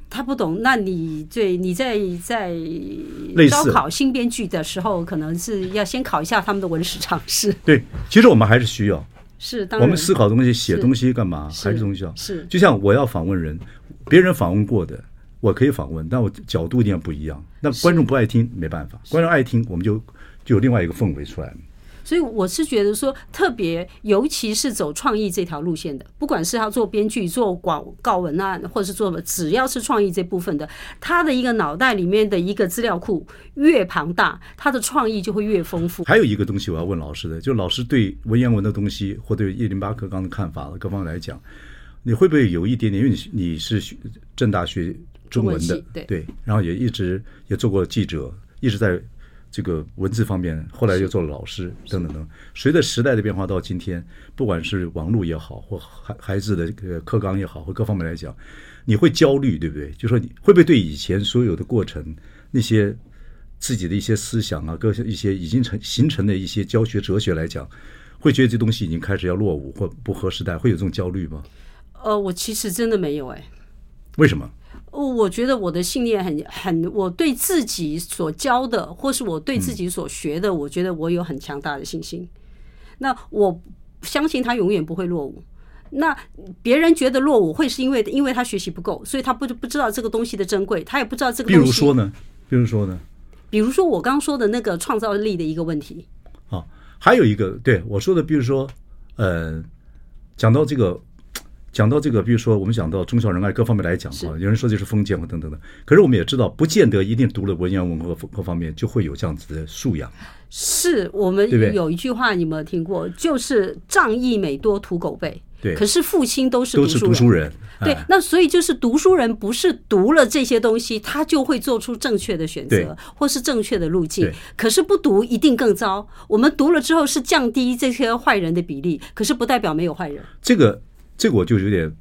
Speaker 2: 他不懂，那你对你在在
Speaker 1: 类似
Speaker 2: 招考新编剧的时候，可能是要先考一下他们的文史常识。
Speaker 1: 对，其实我们还是需要。
Speaker 2: 是，当然
Speaker 1: 我们思考东西、写
Speaker 2: 是
Speaker 1: 东西干嘛？
Speaker 2: 是
Speaker 1: 还是东西啊？
Speaker 2: 是
Speaker 1: 就像我要访问人，别人访问过的，我可以访问，但我角度一定要不一样。那观众不爱听没办法，观众爱听，我们就就有另外一个氛围出来。
Speaker 2: 所以我是觉得说，特别尤其是走创意这条路线的，不管是他做编剧、做广告文案，或者是做只要是创意这部分的，他的一个脑袋里面的一个资料库越庞大，他的创意就会越丰富。
Speaker 1: 还有一个东西我要问老师的，就老师对文言文的东西或对叶林巴克刚的看法，各方面来讲，你会不会有一点点？因为你你是学正大学中文
Speaker 2: 中
Speaker 1: 的
Speaker 2: 文系，对
Speaker 1: 然后也一直也做过记者，一直在这个文字方面，后来又做了老师等等等。随着时代的变化，到今天，不管是网络也好，或孩孩子的这个课纲也好，或各方面来讲，你会焦虑，对不对？就说你会不会对以前所有的过程那些自己的一些思想啊，各一些已经成形成的一些教学哲学来讲，会觉得这东西已经开始要落伍或不合时代，会有这种焦虑吗？
Speaker 2: 呃，我其实真的没有哎、
Speaker 1: 为什么？
Speaker 2: 哦我觉得我的信念很很，我对自己所教的，或是我对
Speaker 1: 嗯
Speaker 2: 自己所学的，我觉得我有很强大的信心。那我相信他永远不会落伍。那别人觉得落伍，会是因为因为他学习不够，所以他不不知道这个东西的珍贵，他也不知道这个
Speaker 1: 比
Speaker 2: 东西。
Speaker 1: 如说，呢？比如说呢？
Speaker 2: 比如说我刚说的那个创造力的一个问题，
Speaker 1: 啊，还有一个对我说的，比如说，呃，讲到这个，讲到这个，比如说我们讲到忠孝仁爱各方面来讲
Speaker 2: 是
Speaker 1: 啊，有人说这是封建或等等的，可是我们也知道，不见得一定读了文言文和各方面就会有这样子的素养。
Speaker 2: 是我们
Speaker 1: 对不对
Speaker 2: 有一句话你有没有听过？就是仗义每多屠狗辈。
Speaker 1: 对
Speaker 2: 可是父亲都是
Speaker 1: 都是读书人，
Speaker 2: 对
Speaker 1: 哎，
Speaker 2: 那所以就是读书人不是读了这些东西，他就会做出正确的选
Speaker 1: 对
Speaker 2: 择，或是正确的路径
Speaker 1: 对。
Speaker 2: 可是不读一定更糟。我们读了之后是降低这些坏人的比例，可是不代表没有坏人。
Speaker 1: 这个这个我就有点，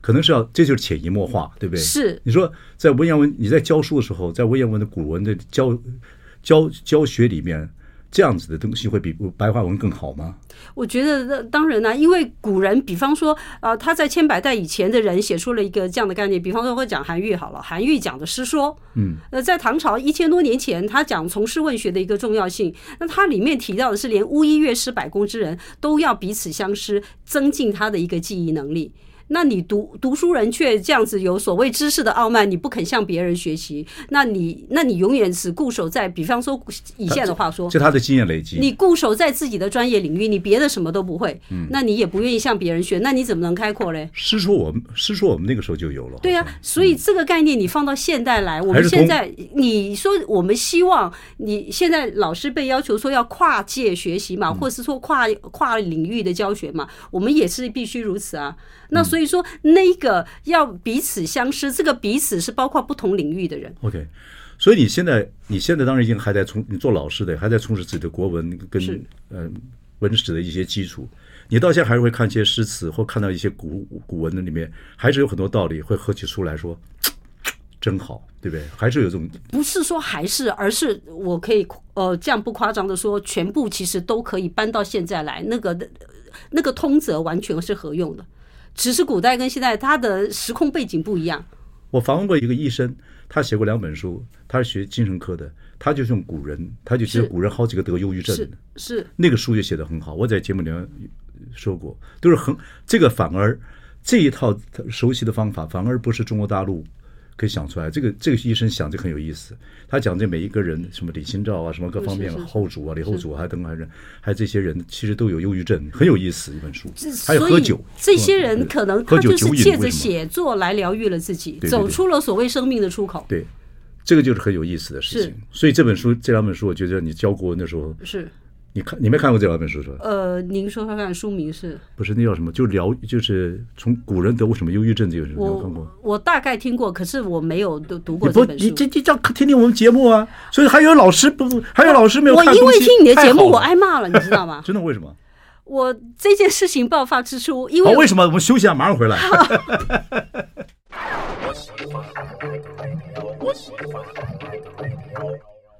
Speaker 1: 可能是要这就是潜移默化，对不对？
Speaker 2: 是
Speaker 1: 你说在文言文，你在教书的时候，在文言文的古文的教教教学里面，这样子的东西会比白话文更好吗？
Speaker 2: 我觉得呃当然啦、因为古人，比方说，呃，他在千百代以前的人写出了一个这样的概念，比方说会讲韩愈好了，韩愈讲的诗说，嗯，呃，在唐朝一千多年前，他讲从事问学的一个重要性，那他里面提到的是，连巫医乐师百工之人都要彼此相师，增进他的一个记忆能力。那你读读书人却这样子有所谓知识的傲慢，你不肯向别人学习，那你那你永远只固守在，比方说以现在的话说，
Speaker 1: 就他的经验累积。
Speaker 2: 你固守在自己的专业领域，你别的什么都不会，
Speaker 1: 嗯
Speaker 2: 那你也不愿意向别人学，那你怎么能开阔嘞？
Speaker 1: 师说我们师说我们那个时候就有了，
Speaker 2: 对呀、
Speaker 1: 好像
Speaker 2: 所以这个概念你放到现代来，我
Speaker 1: 还
Speaker 2: 们
Speaker 1: 是
Speaker 2: 现
Speaker 1: 通
Speaker 2: 在你说我们希望你现在老师被要求说要跨界学习
Speaker 1: 嗯
Speaker 2: 嘛，或是说跨跨领域的教学嘛，我们也是必须如此
Speaker 1: 嗯
Speaker 2: 啊。那所以说那个要彼此相识，这个彼此是包括不同领域的人，
Speaker 1: OK，所以你现在你现在当然已经还在从你做老师的，还在充实自己的国文
Speaker 2: 是
Speaker 1: 跟呃文史的一些基础。你到现在还会看一些诗词，或看到一些古古文的里面，还是有很多道理会喝起书来说，真好，对不对？还是有这种
Speaker 2: 不是说还是，而是我可以呃这样不夸张的说，全部其实都可以搬到现在来，那个呃那个通则完全是合用的。只是古代跟现在它的时空背景不一样，
Speaker 1: 我访问过一个医生，他写过两本书，他是学精神科的，他就是用古人，他就觉得
Speaker 2: 是
Speaker 1: 古人好几个得忧郁症
Speaker 2: 是
Speaker 1: 的，
Speaker 2: 是，
Speaker 1: 那个书就写得很好。我在节目里面说过，都是很这个反而这一套熟悉的方法，反而不是中国大陆可以想出来。这个这个医生想就很有意思，他讲这每一个人什么李清照啊，什么各方面
Speaker 2: 是是是
Speaker 1: 后主啊、李后主啊，还等还是还有这些人，其实都有忧郁症，很有意思一本书。还有
Speaker 2: 所
Speaker 1: 喝
Speaker 2: 以
Speaker 1: 酒，嗯
Speaker 2: 这些人可能
Speaker 1: 喝
Speaker 2: 他
Speaker 1: 酒
Speaker 2: 就是
Speaker 1: 酒瘾
Speaker 2: 借
Speaker 1: 为
Speaker 2: 着
Speaker 1: 什么
Speaker 2: 写作来疗愈了自己，
Speaker 1: 对对
Speaker 2: 走
Speaker 1: 对
Speaker 2: 出了所谓生命的出口。
Speaker 1: 对，这个就是很有意思的事情
Speaker 2: 是。
Speaker 1: 所以这本书，这两本书，我觉得你教国文的时候，
Speaker 2: 是，
Speaker 1: 你看你没看过这两本书是吧？
Speaker 2: 呃，您说说看，书名是
Speaker 1: 不是那叫什么？就疗，就是从古人得过什么忧郁症这个，你有看过
Speaker 2: 我？我大概听过，可是我没有读读
Speaker 1: 你
Speaker 2: 过
Speaker 1: 不
Speaker 2: 这，本
Speaker 1: 你
Speaker 2: 书。
Speaker 1: 这这叫听听我们节目啊！所以还有老师不不，还有老师没有
Speaker 2: 我
Speaker 1: 看
Speaker 2: 因为
Speaker 1: 东西
Speaker 2: 听你的
Speaker 1: 太
Speaker 2: 节目，
Speaker 1: 好了？
Speaker 2: 我挨骂了，你知道吗
Speaker 1: 真的为什么？
Speaker 2: 我这件事情爆发之初，因
Speaker 1: 好，
Speaker 2: 为
Speaker 1: 为什么？我们休息一下，马上回来。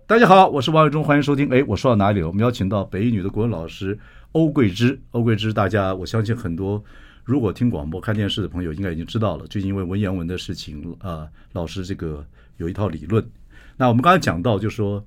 Speaker 1: 大家好，我是王伟忠，欢迎收听。哎，我说到哪里了？我们邀请到北一女的国文老师欧桂芝。欧桂芝，大家我相信很多如果听广播、看电视的朋友应该已经知道了。最近因为文言文的事情，呃，老师这个有一套理论。那我们刚才讲到，就说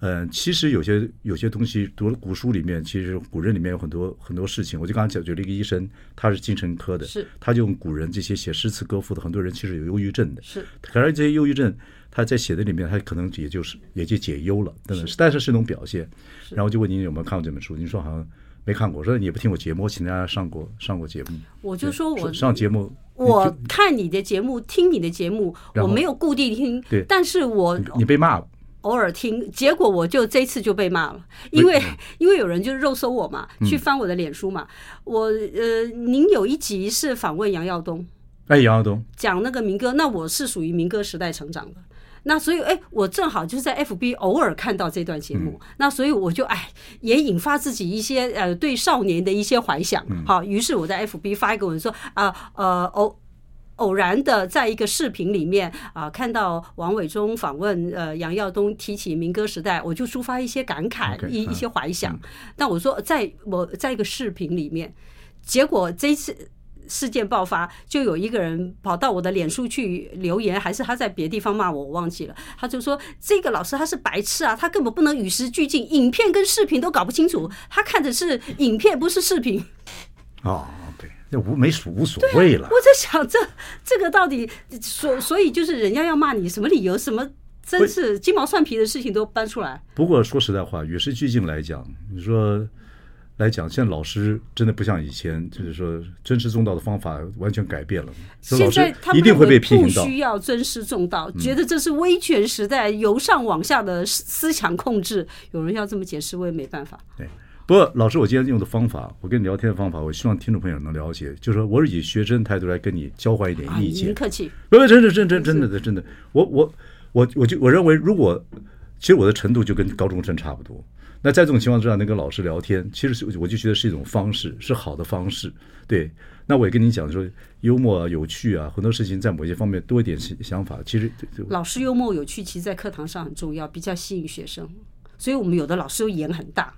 Speaker 1: 嗯，其实有些有些东西，读古书里面，其实古人里面有很多很多事情。我就刚才讲，举了一个医生，他是精神科的，
Speaker 2: 是
Speaker 1: 他就用古人这些写诗词歌赋的，很多人其实有忧郁症的，
Speaker 2: 是
Speaker 1: 可是这些忧郁症，他在写的里面，他可能也就是也就解忧了，等等，但是是一种表现。然后就问您有没有看过这本书，您说好像没看过，我说你也不听我节目，我请大家上过上过节目，
Speaker 2: 我就说我
Speaker 1: 上节目，
Speaker 2: 我看你的节目，听你的节目，
Speaker 1: 然
Speaker 2: 我
Speaker 1: 后
Speaker 2: 没有固定听
Speaker 1: 对，
Speaker 2: 但是我
Speaker 1: 你就你被骂了，
Speaker 2: 偶尔听，结果我就这次就被骂了，因为
Speaker 1: 嗯
Speaker 2: 因为有人就是肉搜我嘛，去翻我的脸书嘛。我呃，您有一集是访问杨耀东，
Speaker 1: 哎，杨耀东，
Speaker 2: 讲那个民歌，那我是属于民歌时代成长的。那所以，哎，我正好就是在 FB 偶尔看到这段节
Speaker 1: 嗯
Speaker 2: 目，那所以我就哎，也引发自己一些呃对少年的一些怀想。
Speaker 1: 嗯
Speaker 2: 好，于是我在 FB 发一个文说啊呃偶偶然的在一个视频里面啊、看到王伟忠访问呃杨耀东提起民歌时代，我就抒发一些感慨
Speaker 1: OK，
Speaker 2: 一
Speaker 1: 嗯
Speaker 2: 一些怀想。但我说在我在一个视频里面，结果这一次。事件爆发，就有一个人跑到我的脸书去留言，还是他在别地方骂我，我忘记了。他就说这个老师他是白痴啊，他根本不能与时俱进，影片跟视频都搞不清楚，他看的是影片不是视频。
Speaker 1: 哦，对，那无没无所谓了
Speaker 2: 我。在想这这个到底所所以就是人家要骂你什么理由，什么真是鸡毛蒜皮的事情都搬出来。
Speaker 1: 不过说实在话，与时俱进来讲，你说来讲，现在老师真的不像以前，就是说尊师重道的方法完全改变了。所以
Speaker 2: 现
Speaker 1: 老
Speaker 2: 在
Speaker 1: 师
Speaker 2: 他们
Speaker 1: 一定会被批评
Speaker 2: 不
Speaker 1: 到。嗯
Speaker 2: 需要尊师重道，觉得这是威权时代由上往下的思思想控制。有人要这么解释，我也没办法。
Speaker 1: 对，不过老师，我今天用的方法，我跟你聊天的方法，我希望听众朋友能了解，就是说我是以学生态度来跟你交换一点
Speaker 2: 啊，
Speaker 1: 意见
Speaker 2: 您。客气，
Speaker 1: 不不，真的，真真真的真的，我我我我就我认为，如果其实我的程度就跟高中生差不多。那在这种情况之下，能跟老师聊天，其实是我就觉得是一种方式，是好的方式。对，那我也跟你讲说，幽默、啊、有趣啊，很多事情在某些方面多一点想想法，其实就就
Speaker 2: 老师幽默有趣，其实在课堂上很重要，比较吸引学生。所以我们有的老师演很大，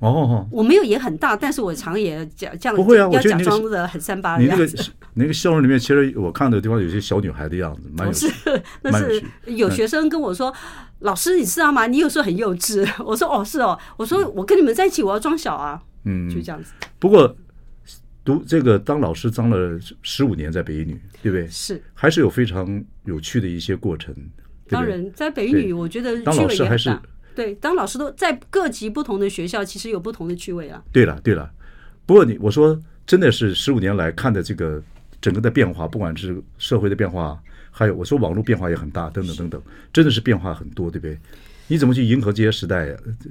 Speaker 1: 哦，
Speaker 2: 我没有演很大，但是我常也讲这样，
Speaker 1: 不会啊我
Speaker 2: 要
Speaker 1: 觉得
Speaker 2: 假
Speaker 1: 你那个
Speaker 2: 装的很三八啊的
Speaker 1: 你那
Speaker 2: 样
Speaker 1: 个
Speaker 2: 子。
Speaker 1: 你那个笑容里面，其实我看到的地方有些小女孩的样子，蛮有
Speaker 2: 我
Speaker 1: 趣
Speaker 2: 哦是
Speaker 1: 的。，
Speaker 2: 那
Speaker 1: 蛮有
Speaker 2: 是
Speaker 1: 趣嗯
Speaker 2: 有学生跟我说，老师你知道吗？你有时候很幼稚。我说哦是哦，我说我跟你们在一起我要装小啊，
Speaker 1: 嗯，
Speaker 2: 就这样子。
Speaker 1: 不过读这个当老师当了十五年，在北一女，对不对？
Speaker 2: 是。
Speaker 1: 还是有非常有趣的一些过程，对
Speaker 2: 当
Speaker 1: 不对？
Speaker 2: 然，在北一
Speaker 1: 对
Speaker 2: 女，我觉得
Speaker 1: 当
Speaker 2: 趣
Speaker 1: 老
Speaker 2: 味
Speaker 1: 师
Speaker 2: 也
Speaker 1: 还
Speaker 2: 很
Speaker 1: 是
Speaker 2: 大。对，当老师都在各级不同的学校，其实有不同的趣味啊。
Speaker 1: 对了，对了。不过你我说真的是十五年来看的这个整个的变化，不管是社会的变化，还有我说网络变化也很大，等等等等，真的是变化很多，对不对？你怎么去迎合这些时代啊？这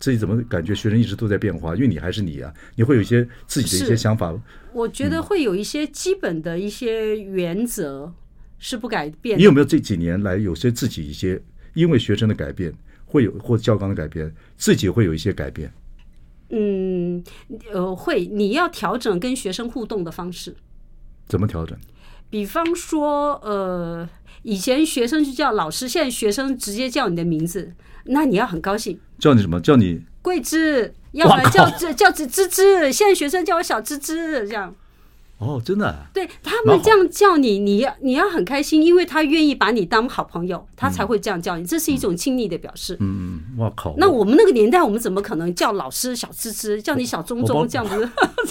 Speaker 1: 自己怎么感觉学生一直都在变化？因为你还是你啊，你会有一些自己的一些
Speaker 2: 是
Speaker 1: 想法，
Speaker 2: 我觉
Speaker 1: 嗯
Speaker 2: 得会有一些基本的一些原则是不改变
Speaker 1: 你
Speaker 2: 的。
Speaker 1: 有没有这几年来有些自己一些因为学生的改变，会有或教纲的改变，自己会有一些改变？
Speaker 2: 嗯，呃，会，你要调整跟学生互动的方式。
Speaker 1: 怎么调整？
Speaker 2: 比方说，呃，以前学生就叫老师，现在学生直接叫你的名字，那你要很高兴。
Speaker 1: 叫你什么？叫你
Speaker 2: 桂枝，要不
Speaker 1: 哇
Speaker 2: 然
Speaker 1: 靠
Speaker 2: 叫芝叫芝芝芝，现在学生叫我小芝芝，这样。
Speaker 1: 哦，真的啊、
Speaker 2: 对他
Speaker 1: 蛮
Speaker 2: 们
Speaker 1: 好
Speaker 2: 这样叫你，你要你要很开心，因为他愿意把你当好朋友，他才会这样叫你，这是一种亲昵的表示。
Speaker 1: 嗯，嗯，哇靠！
Speaker 2: 那我们那个年代，我们怎么可能叫老师小芝芝，叫你小钟
Speaker 1: 我
Speaker 2: 钟，
Speaker 1: 帮
Speaker 2: 这样不是？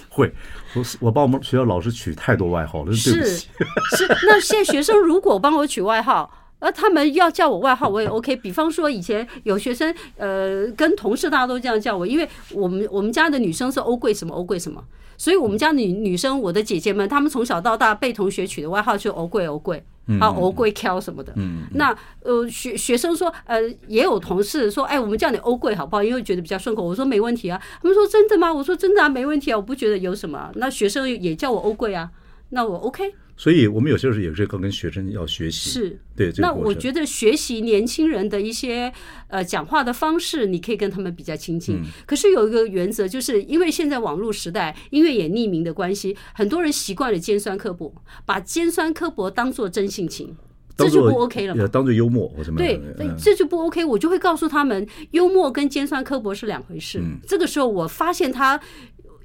Speaker 1: 会，我是我帮我们学校老师取太多外号了，对不
Speaker 2: 是
Speaker 1: 起。
Speaker 2: 是，那现在学生如果帮我取外号， 呃，他们要叫我外号我也 OK。比方说以前有学生，呃，跟同事大家都这样叫我，因为我们我们家的女生是欧贵什么欧贵什么，所以我们家女女生，我的姐姐们，她们从小到大被同学取的外号就欧贵欧贵。
Speaker 1: 嗯
Speaker 2: 啊，欧贵 Q 什么的，嗯，那呃，学学生说，呃，也有同事说，哎，我们叫你欧贵好不好？因为觉得比较顺口。我说没问题啊。他们说真的吗？我说真的啊，没问题啊，我不觉得有什么啊。那学生也叫我欧贵啊，那我 OK。
Speaker 1: 所以我们有些时候也是要跟学生要学习，
Speaker 2: 是，
Speaker 1: 对这个
Speaker 2: 那
Speaker 1: 过
Speaker 2: 我
Speaker 1: 程
Speaker 2: 觉得学习年轻人的一些呃讲话的方式，你可以跟他们比较亲
Speaker 1: 嗯
Speaker 2: 近。可是有一个原则，就是因为现在网络时代，因为也匿名的关系，很多人习惯了尖酸刻薄，把尖酸刻薄当做真性情，这
Speaker 1: 当
Speaker 2: 就
Speaker 1: 做
Speaker 2: 不 OK 了嘛
Speaker 1: 呃，？当做幽默或什么
Speaker 2: 对，
Speaker 1: 嗯
Speaker 2: 这就不 OK。我就会告诉他们，幽默跟尖酸刻薄是两回事。
Speaker 1: 嗯
Speaker 2: 这个时候，我发现他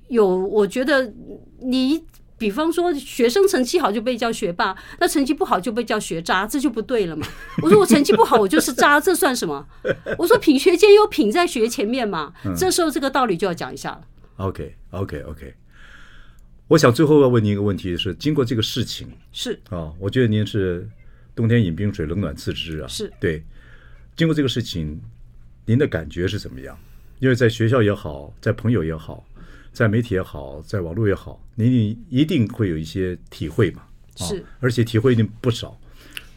Speaker 2: 有，我觉得你。比方说，学生成绩好就被叫学霸，那成绩不好就被叫学渣，这就不对了嘛。我说我成绩不好，我就是渣，这算什么？ 我说品学兼优，品在学前面嘛。
Speaker 1: 嗯
Speaker 2: 这时候这个道理就要讲一下了。
Speaker 1: OK OK OK。我想最后要问您一个问题是：经过这个事情
Speaker 2: 是
Speaker 1: 啊，我觉得您是冬天饮冰水，冷暖自知啊，
Speaker 2: 是
Speaker 1: 对。经过这个事情，您的感觉是怎么样？因为在学校也好，在朋友也好，在媒体也好，在网络也好，您一定会有一些体会嘛。啊
Speaker 2: 是，
Speaker 1: 而且体会一定不少。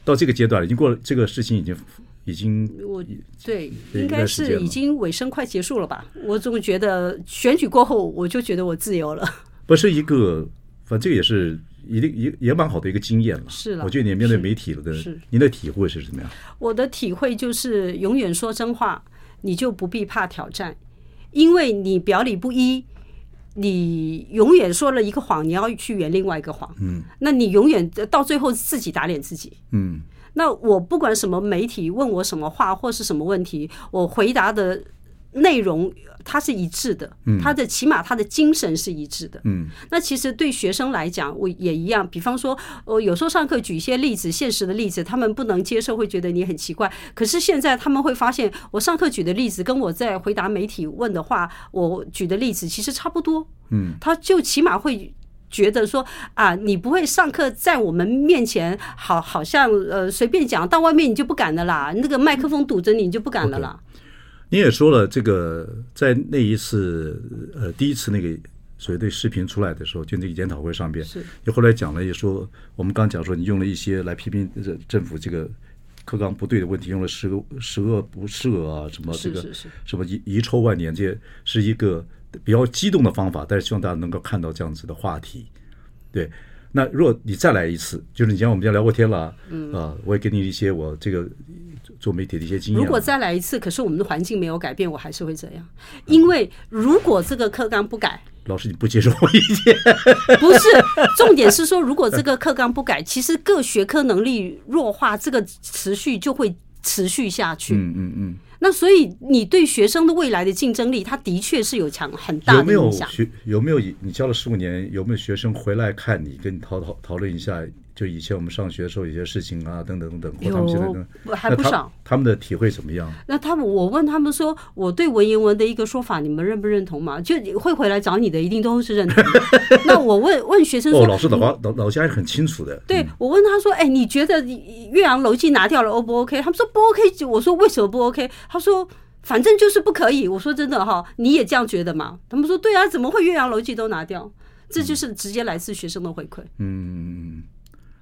Speaker 1: 到这个阶段了，已经过了这个事情已经已经
Speaker 2: 我对，
Speaker 1: 对
Speaker 2: 应
Speaker 1: 一段
Speaker 2: 该
Speaker 1: 时间
Speaker 2: 是
Speaker 1: 了
Speaker 2: 已经尾声快结束了吧？我总觉得选举过后，我就觉得我自由了。
Speaker 1: 不是一个，反正这个也是一定也也蛮好的一个经验了。
Speaker 2: 是啦
Speaker 1: 我觉得你面对
Speaker 2: 是
Speaker 1: 媒体了的
Speaker 2: 是，
Speaker 1: 您的体会是怎么样？
Speaker 2: 我的体会就是，永远说真话，你就不必怕挑战，因为你表里不一，你永远说了一个谎，你要去圆另外一个谎，嗯，那你永远到最后自己打脸自己。
Speaker 1: 嗯，
Speaker 2: 那我不管什么媒体问我什么话或是什么问题，我回答的内容它是一致的，它的起码它的精神是一致的，
Speaker 1: 嗯，
Speaker 2: 那其实对学生来讲，我也一样。比方说，我有时候上课举一些例子，现实的例子，他们不能接受，会觉得你很奇怪。可是现在他们会发现，我上课举的例子跟我在回答媒体问的话，我举的例子其实差不多。嗯，他就起码会。觉得说啊，你不会上课在我们面前好，好像呃随便讲，到外面你就不敢了啦，那个麦克风堵着你，你就不敢了啦。
Speaker 1: 你也说了，这个在那一次呃第一次那个所谓的视频出来的时候，就那个研讨会上边，
Speaker 2: 是
Speaker 1: 你后来讲了，也说我们刚讲说你用了一些来批评这政府这个课纲不对的问题，用了十个十恶不赦啊，什么这
Speaker 2: 是
Speaker 1: 个
Speaker 2: 是是
Speaker 1: 什么遗遗臭万年，这些是一个比较激动的方法，但是希望大家能够看到这样子的话题。对，那如果你再来一次，就是你像我们今天聊过天了，嗯啊、我也给你一些我这个做媒体的一些经验啊。
Speaker 2: 如果再来一次，可是我们的环境没有改变，我还是会这样。
Speaker 1: 嗯
Speaker 2: 因为如果这个课纲不改，
Speaker 1: 老师你不接受我意见，
Speaker 2: 不是重点是说，如果这个课纲不改，其实各学科能力弱化，这个持续就会持续下去。
Speaker 1: 嗯嗯嗯。
Speaker 2: 那所以你对学生的未来的竞争力，它的确是有强很大
Speaker 1: 有
Speaker 2: 的
Speaker 1: 没有
Speaker 2: 影响。
Speaker 1: 学有没有你教了十五年，有没有学生回来看你，跟你讨讨讨论一下就以前我们上学的时候有些事情啊，等等等等，或
Speaker 2: 有
Speaker 1: 他们现在等等，
Speaker 2: 还
Speaker 1: 那
Speaker 2: 不
Speaker 1: 他
Speaker 2: 少。
Speaker 1: 他们的体会怎么样？
Speaker 2: 那他们，我问他们说，我对文言文的一个说法，你们认不认同嘛？就会回来找你的，一定都是认同 的。那我问问学生说，
Speaker 1: 哦，老师的话，老老师还是很清楚的。
Speaker 2: 对我问他说：“哎，你觉得《岳阳楼记》拿掉了 O 不 OK？” 他们说不 OK。我说为什么不 OK？他说反正就是不可以。我说真的哈，你也这样觉得吗？他们说对啊，怎么会《岳阳楼记》都拿掉？这就是直接来自学生的回馈。
Speaker 1: 嗯，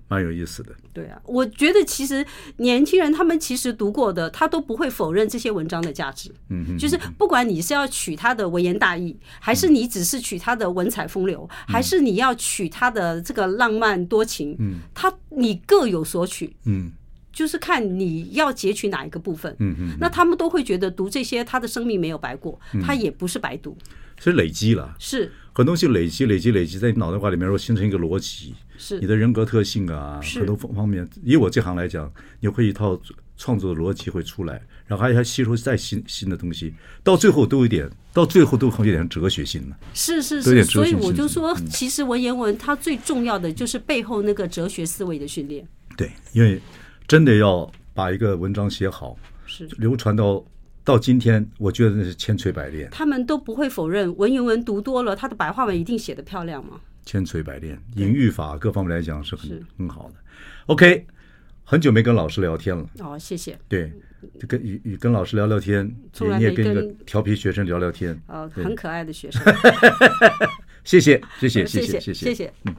Speaker 1: 蛮有意思的。
Speaker 2: 对啊，我觉得其实年轻人他们其实读过的，他都不会否认这些文章的价值。
Speaker 1: 嗯哼，
Speaker 2: 就是不管你是要取他的文言大义，还是你只是取他的文采风流，还是你要取他的这个浪漫多情，
Speaker 1: 嗯
Speaker 2: 他你各有所取。
Speaker 1: 嗯
Speaker 2: 就是看你要截取哪一个部分。
Speaker 1: 嗯嗯，
Speaker 2: 那他们都会觉得读这些，他的生命没有白过，他也不是白读，
Speaker 1: 所以累积了
Speaker 2: 是
Speaker 1: 很多东西，累积累积累积，在你脑袋瓜里面，如果形成一个逻辑，
Speaker 2: 是
Speaker 1: 你的人格特性啊，
Speaker 2: 是
Speaker 1: 很多方方面。以我这行来讲，你会一套创作的逻辑会出来，然后还还吸收再新新的东西，到最后都有点，到最后都有点哲学性了。
Speaker 2: 是是
Speaker 1: 都有
Speaker 2: 是，
Speaker 1: 点
Speaker 2: 所以
Speaker 1: 哲学
Speaker 2: 我
Speaker 1: 性嗯
Speaker 2: 就说，其实文言文它最重要的就是背后那个哲学思维的训练，
Speaker 1: 对，因为真的要把一个文章写好，
Speaker 2: 是
Speaker 1: 流传到到今天，我觉得那是千锤百炼，
Speaker 2: 他们都不会否认文言文读多了，他的白话文一定写得漂亮嘛。
Speaker 1: 千锤百炼，隐喻法各方面来讲是很
Speaker 2: 是
Speaker 1: 很好的。OK，很久没跟老师聊天了，
Speaker 2: 哦，谢谢。
Speaker 1: 对，就跟与与跟老师聊聊天，
Speaker 2: 从
Speaker 1: 也
Speaker 2: 来
Speaker 1: 你也
Speaker 2: 嗯没
Speaker 1: 跟一个
Speaker 2: 跟
Speaker 1: 调皮学生聊聊天，
Speaker 2: 呃，
Speaker 1: 对
Speaker 2: 很可爱的学生，
Speaker 1: 谢谢，谢谢，
Speaker 2: 呃 谢
Speaker 1: 谢，
Speaker 2: 谢谢。
Speaker 1: 嗯。